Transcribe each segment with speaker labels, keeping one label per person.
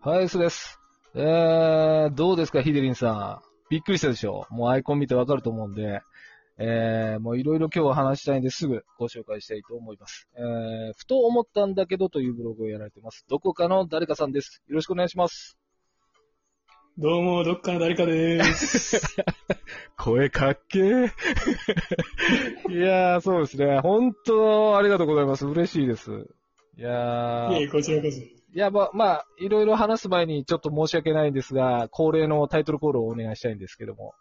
Speaker 1: ハイスです。えー、どうですか、ヒデリンさん。びっくりしたでしょもうアイコン見てわかると思うんで、えー、もういろいろ今日は話したいんですぐご紹介したいと思います。えー、ふと思ったんだけどというブログをやられてます。どこかの誰かさんです。よろしくお願いします。
Speaker 2: どうも、どっかの誰かでーす。
Speaker 1: 声かっけー。いやー、そうですね。本当、ありがとうございます。嬉しいです。いやー。
Speaker 2: いえ、こちらこそ。
Speaker 1: いや、まあ、まあ、いろいろ話す前にちょっと申し訳ないんですが、恒例のタイトルコールをお願いしたいんですけども、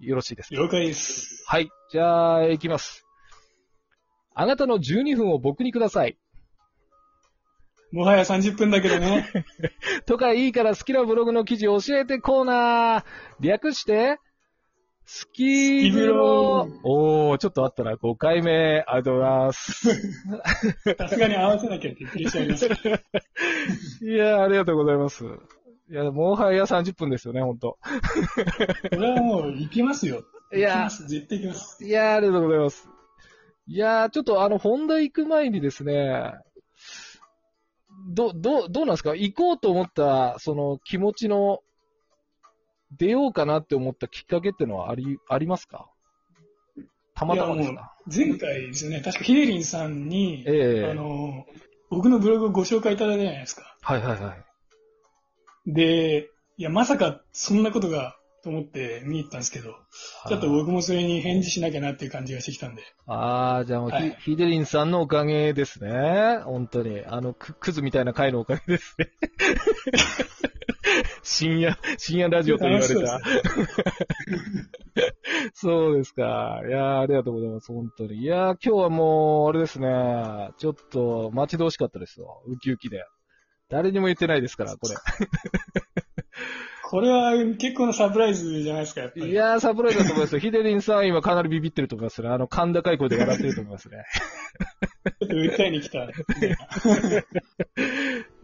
Speaker 1: よろしいですか
Speaker 2: 了解です。
Speaker 1: はい。じゃあ、いきます。あなたの12分を僕にください。
Speaker 2: もはや30分だけ どね。
Speaker 1: とかいいから好きなブログの記事教えてコーナー。略して、好きブロ
Speaker 2: 好き
Speaker 1: おー、ちょっとあったな。5回目、ありがとうございます。
Speaker 2: さすがに合わせなきゃって言ってきちゃいました。
Speaker 1: いやー、ありがとうございます。いや、もはや30分ですよね、ほんと。
Speaker 2: これはもう、行きますよ。
Speaker 1: いやー
Speaker 2: 行きます。絶対行きます。
Speaker 1: いやー、ありがとうございます。いやー、ちょっとあの、本題行く前にですね、ど、ど、どうなんですか行こうと思った、その気持ちの、出ようかなって思ったきっかけってのはあり、ありますかたまたまです
Speaker 2: いや
Speaker 1: か
Speaker 2: 前回ですよね、確かヒデリンさんに、
Speaker 1: ええ
Speaker 2: あの、僕のブログをご紹介いただいたじゃないですか。
Speaker 1: はいはいはい。
Speaker 2: で、いや、まさかそんなことが、と思って見に行ったんですけど、ちょっと僕もそれに返事しなきゃなっていう感じがしてきたんで。
Speaker 1: あー、じゃあもうひ、
Speaker 2: はい
Speaker 1: ひでりんさんのおかげですね。本当に。あの、く、クズみたいな回のおかげです ね。深夜、深夜ラジオと言われた。 そうですか。いやーありがとうございます。本当に。いやー今日はもう、あれですね。ちょっと、待ち遠しかったですよ。ウキウキで。誰にも言ってないですから、こ
Speaker 2: これは結構なサプライズじゃないですか、やっぱ
Speaker 1: れ。い
Speaker 2: り。
Speaker 1: やーサプライズだと思いますよ。ヒデリンさん、今かなりビビってると思いますね。あの、甲高い声で笑ってると思いますね。
Speaker 2: ちょっと訴えに来た。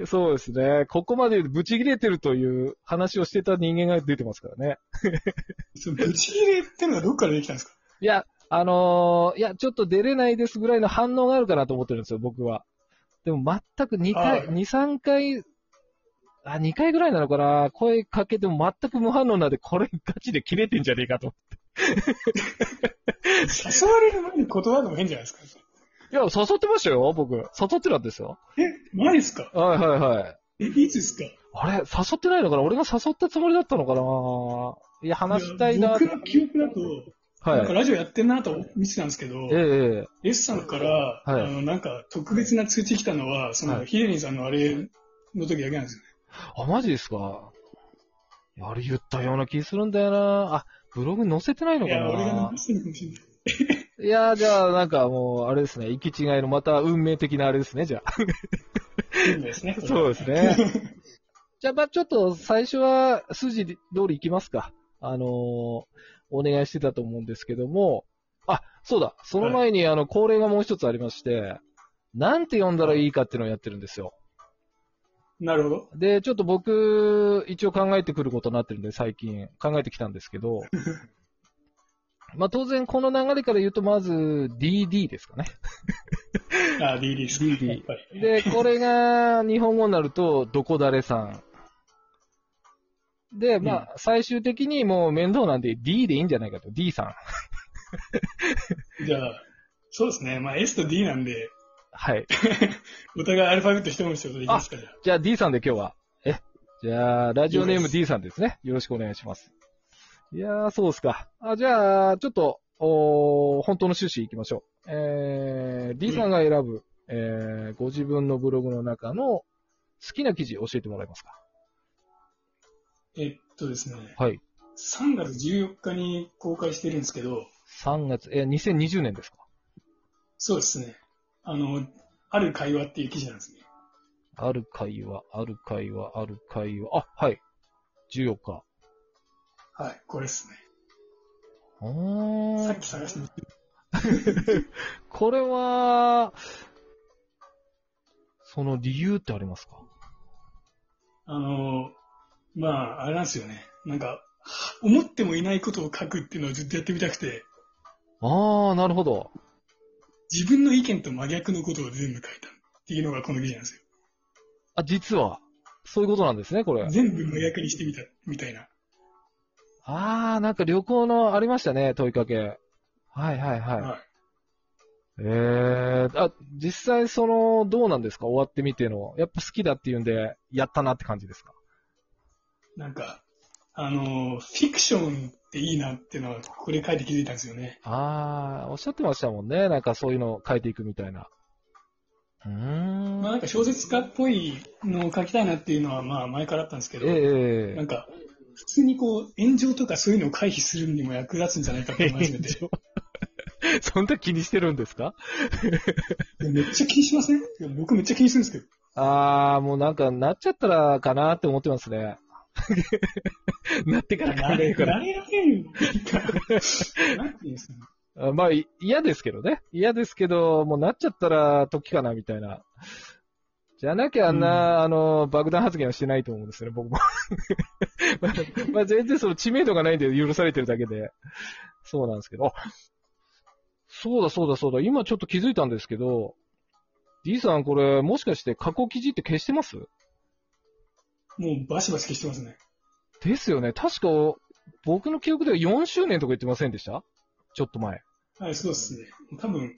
Speaker 1: そうですね。ここまでブチ切れてるという話をしてた人間が出てますからね。
Speaker 2: そのブチ切れってのはどっからできたんですか
Speaker 1: いや、あのーいや、ちょっと出れないですぐらいの反応があるかなと思ってるんですよ、僕は。でも全く2
Speaker 2: は
Speaker 1: 回、
Speaker 2: い
Speaker 1: 2、3回、あ、2回ぐらいなのかな声かけても全く無反応なんで、これガチで切れてんじゃねえかと。
Speaker 2: 誘われる前に断るのも変じゃないですか。
Speaker 1: いや、誘ってましたよ、僕。誘ってたんですよ。
Speaker 2: え、ないですか
Speaker 1: はいはいはい。
Speaker 2: え、いつですか
Speaker 1: あれ誘ってないのかな俺が誘ったつもりだったのかないや、話したいな
Speaker 2: 僕の記憶だと、なん
Speaker 1: は
Speaker 2: か
Speaker 1: い。
Speaker 2: ラジオやってんなと見てたんですけど、
Speaker 1: ええええ
Speaker 2: S さんから、
Speaker 1: はい
Speaker 2: あの、なんか特別な通知来たのは、そ
Speaker 1: は
Speaker 2: の、
Speaker 1: い
Speaker 2: ヒデリンさんのあれの時だけなんですよね。
Speaker 1: あ、マジですかいやあれ言ったような気するんだよな。あ、ブログ載せてないの
Speaker 2: い
Speaker 1: かな
Speaker 2: や、俺が残してるかもしれない。
Speaker 1: いやー、じゃあ、なんかもう、あれですね、行き違いの、また運命的なあれですね、じゃあ。
Speaker 2: いいんですね。これ
Speaker 1: そうですね。じゃあ、まあちょっと、最初は、筋通り行きますか。あのーお願いしてたと思うんですけども、あ、そうだ、その前に、あの、恒例がもう一つありまして、なんて呼んだらいいかっていうのをやってるんですよ。
Speaker 2: なるほど。
Speaker 1: で、ちょっと僕、一応考えてくることになってるんで、最近、考えてきたんですけど、まあ当然、この流れから言うと、まず、DD ですかね。
Speaker 2: あ、DD ですか。
Speaker 1: DD
Speaker 2: やっぱり。
Speaker 1: で、これが日本語になると、どこだれさん。で、まあ、最終的にもう面倒なんで D でいいんじゃないかと。D さん。
Speaker 2: じゃあ、そうですね。まあ、S と D なんで、
Speaker 1: はい。
Speaker 2: お互いアルファベット一文字ってことでいきますから。
Speaker 1: じゃあ D さんで今日は。え、じゃあ、ラジオネーム
Speaker 2: 了解
Speaker 1: D さんですね。よろしくお願いします。いやー、そうですか。あ、じゃあ、ちょっと、おー本当の趣旨いきましょう。えー、D さんが選ぶ、えー、ご自分のブログの中の好きな記事教えてもらえますか。
Speaker 2: えっとですね。
Speaker 1: はい。
Speaker 2: 3月14日に公開してるんですけど、
Speaker 1: 3月、えー、2020年ですか。
Speaker 2: そうですね。あの、ある会話っていう記事なんですね。
Speaker 1: ある会話、ある会話、ある会話。あ、はい。14日。
Speaker 2: はい、これですね。
Speaker 1: うー
Speaker 2: さ
Speaker 1: ん
Speaker 2: っ。き探してみて。
Speaker 1: これは、その理由ってありますか
Speaker 2: あの、まあ、あれなんですよね。なんか、思ってもいないことを書くっていうのをずっとやってみたくて、
Speaker 1: ああ、なるほど。
Speaker 2: 自分の意見と真逆のことを全部書いたっていうのがこの記事なんですよ。
Speaker 1: あ、実は。そういうことなんですね、これ。
Speaker 2: 全部無役にしてみた、みたいな。
Speaker 1: あー、なんか旅行のありましたね、問いかけ。はいはいはい。
Speaker 2: はい
Speaker 1: えー、あ、実際その、どうなんですか終わってみての。やっぱ好きだっていうんで、やったなって感じですか
Speaker 2: なんか、あの、フィクションっていいなっていうのは、これ書いて気づいたんですよね。
Speaker 1: あー、おっしゃってましたもんね。なんかそういうのを書いていくみたいな。うーん。
Speaker 2: まあなんか小説家っぽいのを書きたいなっていうのは、まあ前からあったんですけど、
Speaker 1: ええ
Speaker 2: なんか、普通にこう、炎上とかそういうのを回避するにも役立つんじゃないかって思い始めて、
Speaker 1: そんな気にしてるんですか
Speaker 2: めっちゃ気にしません僕めっちゃ気にするんですけど、
Speaker 1: あー、もうなんか、なっちゃったらかなって思ってますね。 なってから
Speaker 2: な
Speaker 1: 考え
Speaker 2: れ
Speaker 1: るから。
Speaker 2: られるのなんていうんですかね。
Speaker 1: あまあ、い嫌ですけどね。嫌ですけど、もうなっちゃったら時かな、みたいな。じゃなきゃあんな、あの、爆弾発言はしてないと思うんですよね、僕も。 まあ、まあ全然その知名度がないんで許されてるだけで。そうなんですけど。あそうだそうだそうだ。今ちょっと気づいたんですけど、D さんこれ、もしかして過去記事って消してます
Speaker 2: もうバシバシ消してますね。
Speaker 1: ですよね。確か、僕の記憶では4周年とか言ってませんでしたちょっと前。
Speaker 2: はい、そうですね。多分、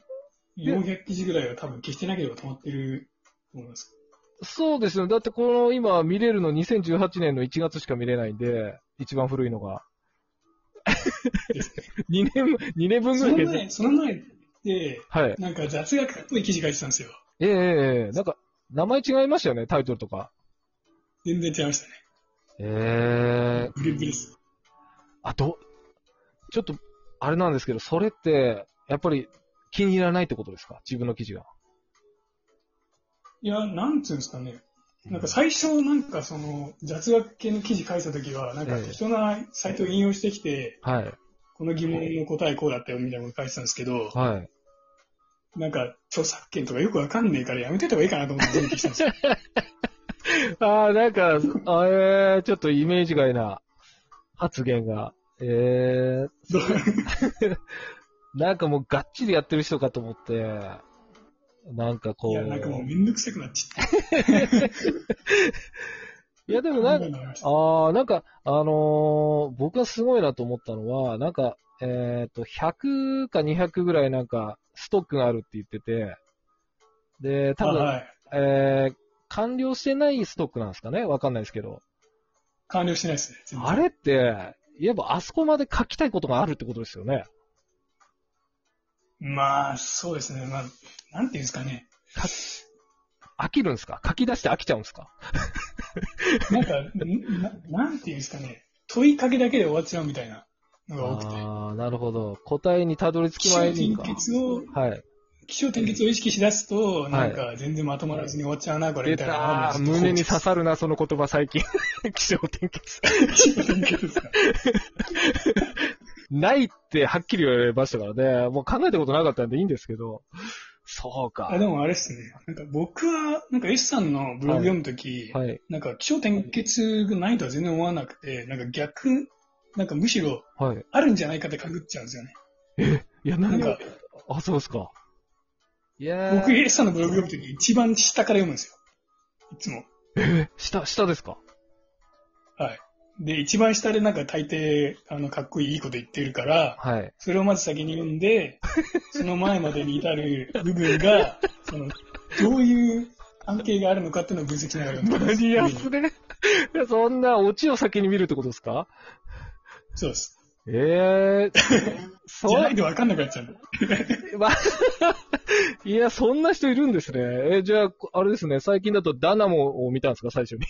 Speaker 2: 400記事ぐらいは多分消してなければ止まってると思います。
Speaker 1: そうですよ。だってこの今見れるの2018年の1月しか見れないんで、一番古いの が。2年、二年分ぐ
Speaker 2: そ
Speaker 1: らい消
Speaker 2: の
Speaker 1: えて
Speaker 2: 前、その前で、
Speaker 1: はい。
Speaker 2: なんか雑学っぽい記事書いてたんですよ。
Speaker 1: ええええええなんか、名前違いましたよね、タイトルとか。
Speaker 2: 全然違いましたね。
Speaker 1: ええ
Speaker 2: ブリブリです。
Speaker 1: あ、ど、ちょっと、あれなんですけど、それって、やっぱり気に入らないってことですか自分の記事が。
Speaker 2: いや、なんつうんですかね。なんか最初、なんかその雑学系の記事書いたときは、なんか
Speaker 1: ええ
Speaker 2: 適当なサイトを引用してきて、
Speaker 1: はい。
Speaker 2: この疑問の答えこうだったよみたいなこと書いてたんですけど、
Speaker 1: はい。
Speaker 2: なんか著作権とかよくわかんねえからやめてた方がいいかなと思って全部消した んですよ。
Speaker 1: ああ、なんか、あえーちょっとイメージ外な発言が。ええ
Speaker 2: どう
Speaker 1: なんかもうがっちりやってる人かと思って、なんかこう。
Speaker 2: いや、なんかもうめんどくさくなっちゃって。
Speaker 1: いやでもなんか、
Speaker 2: 考え直した
Speaker 1: ああ、なんか、あのー僕がすごいなと思ったのは、なんか、えっ、と、100か200ぐらいなんか、ストックがあるって言ってて、で、多
Speaker 2: あ
Speaker 1: 分、
Speaker 2: はい。
Speaker 1: えー完了してないストックなんですかねわかんないですけど。
Speaker 2: 完了してないですね。全然
Speaker 1: あれって、いえばあそこまで書きたいことがあるってことですよね。
Speaker 2: まあ、そうですね。まあ、なんていうんですかね。
Speaker 1: 飽きるんですか書き出して飽きちゃうんですか
Speaker 2: なんか、んななんていうんですかね。問いかけだけで終わっちゃうみたいなのが多くて。
Speaker 1: ああ、なるほど。答えにたどり着
Speaker 2: 気
Speaker 1: く
Speaker 2: 象
Speaker 1: 前に
Speaker 2: 転
Speaker 1: か。
Speaker 2: 結を、
Speaker 1: はい。
Speaker 2: 気象転結を意識しだすと、なんか全然まとまらずに終わっちゃうな、こ
Speaker 1: 出
Speaker 2: れみたいなの
Speaker 1: た
Speaker 2: が。
Speaker 1: ー胸に刺さるな、その言葉最近。 気象転結。
Speaker 2: 気象転結ですか。
Speaker 1: ないってはっきり言われましたからね。もう考えたことなかったんでいいんですけど。そう
Speaker 2: あ、
Speaker 1: か。
Speaker 2: でもあれですね。なんか僕は、なんか S さんのブログ読むとき、
Speaker 1: はい。
Speaker 2: なんか気象転結がないとは全然思わなくて、なんか逆、なんかむしろ
Speaker 1: はい。
Speaker 2: あるんじゃないかってかぐっちゃうんですよね。
Speaker 1: いや、
Speaker 2: な
Speaker 1: 何
Speaker 2: ん
Speaker 1: が
Speaker 2: か、
Speaker 1: あ、そうですか。いや
Speaker 2: 僕
Speaker 1: ー。
Speaker 2: S さんのブログ読むとき一番下から読むんですよ。いつも。
Speaker 1: え、下、下ですか
Speaker 2: はい。で、一番下でなんか大抵、あの、かっこいいいいこと言ってるから、
Speaker 1: はい。
Speaker 2: それをまず先に読んで、その前までに至る部分が、その、どういう関係があるのかっていうのを分析しながら読んで
Speaker 1: マ
Speaker 2: ます
Speaker 1: ニアスね。いや そんなオチを先に見るってことですか
Speaker 2: そうです。
Speaker 1: ええ ー。そ
Speaker 2: じゃ
Speaker 1: う
Speaker 2: ないと分かんなくなっちゃうの。
Speaker 1: まあ いや、そんな人いるんですね。え、じゃあ、こあれですね、最近だとダナモを見たんですか、最初に。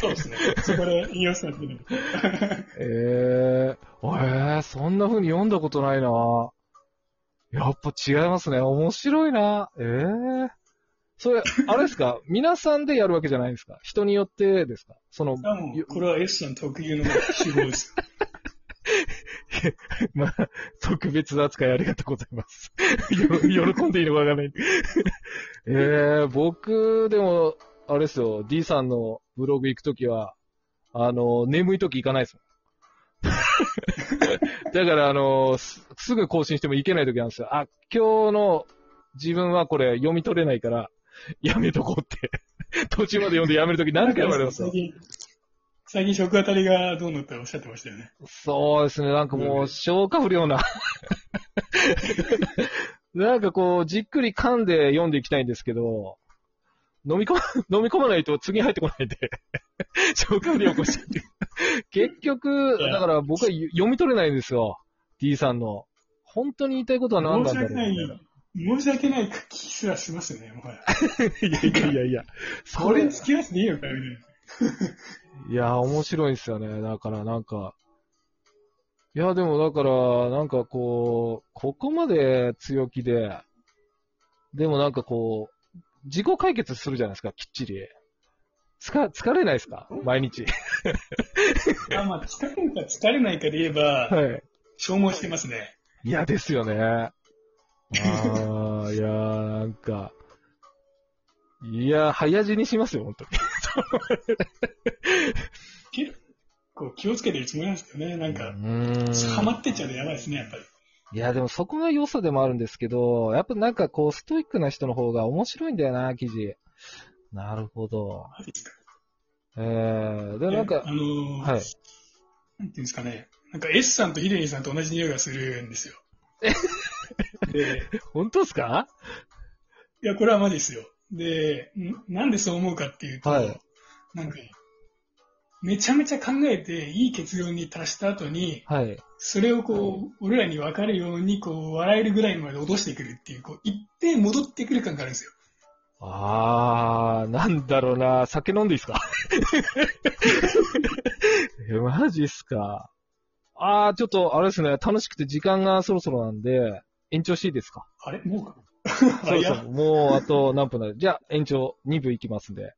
Speaker 2: そうですね。そこで引用するっていう
Speaker 1: ええー、えー、そんな風に読んだことないな。やっぱ違いますね。面白いな。ええー。それ、あれですか皆さんでやるわけじゃないですか人によってですかその、
Speaker 2: の。もうこれは S さん特有の手法です。
Speaker 1: まあ、特別扱いありがとうございます。 よ喜んでいいのかわからない。 ええー、僕、でも、あれですよ、D さんのブログ行くときは、あの、眠いとき行かないですもん。 だから、あのす、すぐ更新してもいけないときなんですよ。あ、今日の自分はこれ読み取れないから、やめとこうって。 途中まで読んでやめるとき何回もあります
Speaker 2: 最近、最近食あたりがどうのっておっしゃってましたよね。
Speaker 1: そうですね、なんかもう消化不良 な。なんかこう、じっくり噛んで読んでいきたいんですけど、飲み込ま、飲 み込まないと次入ってこないんで、 消化不良起こしちゃって。結局、
Speaker 2: いや
Speaker 1: だから僕は読読み取れないんですよ、D さんの。本当に言いたいことは何
Speaker 2: 申
Speaker 1: なん
Speaker 2: し
Speaker 1: だろう
Speaker 2: 訳
Speaker 1: み
Speaker 2: な
Speaker 1: た
Speaker 2: い
Speaker 1: いな。、
Speaker 2: 申し訳ない書きすらしますよね、もはや。
Speaker 1: いやいやいやいや、
Speaker 2: これ付き合わせていいのかみたいな。
Speaker 1: いやー、面白いですよね。だから、なんか、いや、でもだから、なんかこう、ここまで強気で、でもなんかこう、自己解決するじゃないですか、きっちり。つか、疲れないですか毎日。
Speaker 2: あまあ、疲れるか疲れないかで言えば、
Speaker 1: はい。
Speaker 2: 消耗してますね。
Speaker 1: いや、ですよね。あー、いやー、なんか、いやー、早死にしますよ、本当に。
Speaker 2: 結構気をつけてるつもりなんですけどね、なんか、ハ
Speaker 1: ハ
Speaker 2: マってっちゃうとやばいですね、やっぱり。
Speaker 1: いや、でもそこが良さでもあるんですけど、やっぱなんかこう、ストイックな人の方が面白いんだよな、記事。なるほど。
Speaker 2: マジですか
Speaker 1: えー、で、なんか
Speaker 2: あ、のー
Speaker 1: はい。
Speaker 2: なんていうんですかね、なんか S さんとヒデリさんと同じ匂いがするんですよ。で、
Speaker 1: 本当ですか
Speaker 2: いや、これはマジですよ。で、んなんでそう思うかっていうと、
Speaker 1: はい
Speaker 2: なんか、めちゃめちゃ考えていい結論に達した後に、
Speaker 1: はい。
Speaker 2: それをこう、俺らに分かるように、こう、笑えるぐらいまで落としてくるっていう、こう、一定戻ってくる感があるんですよ。
Speaker 1: あー、なんだろうな、酒飲んでいいですかえ、マジっすか。あー、ちょっと、あれですね、楽しくて時間がそろそろなんで、延長していいですか
Speaker 2: あれもう
Speaker 1: そう
Speaker 2: い
Speaker 1: そ
Speaker 2: や
Speaker 1: う。もうあと何分だじゃあ、延長2分いきますんで。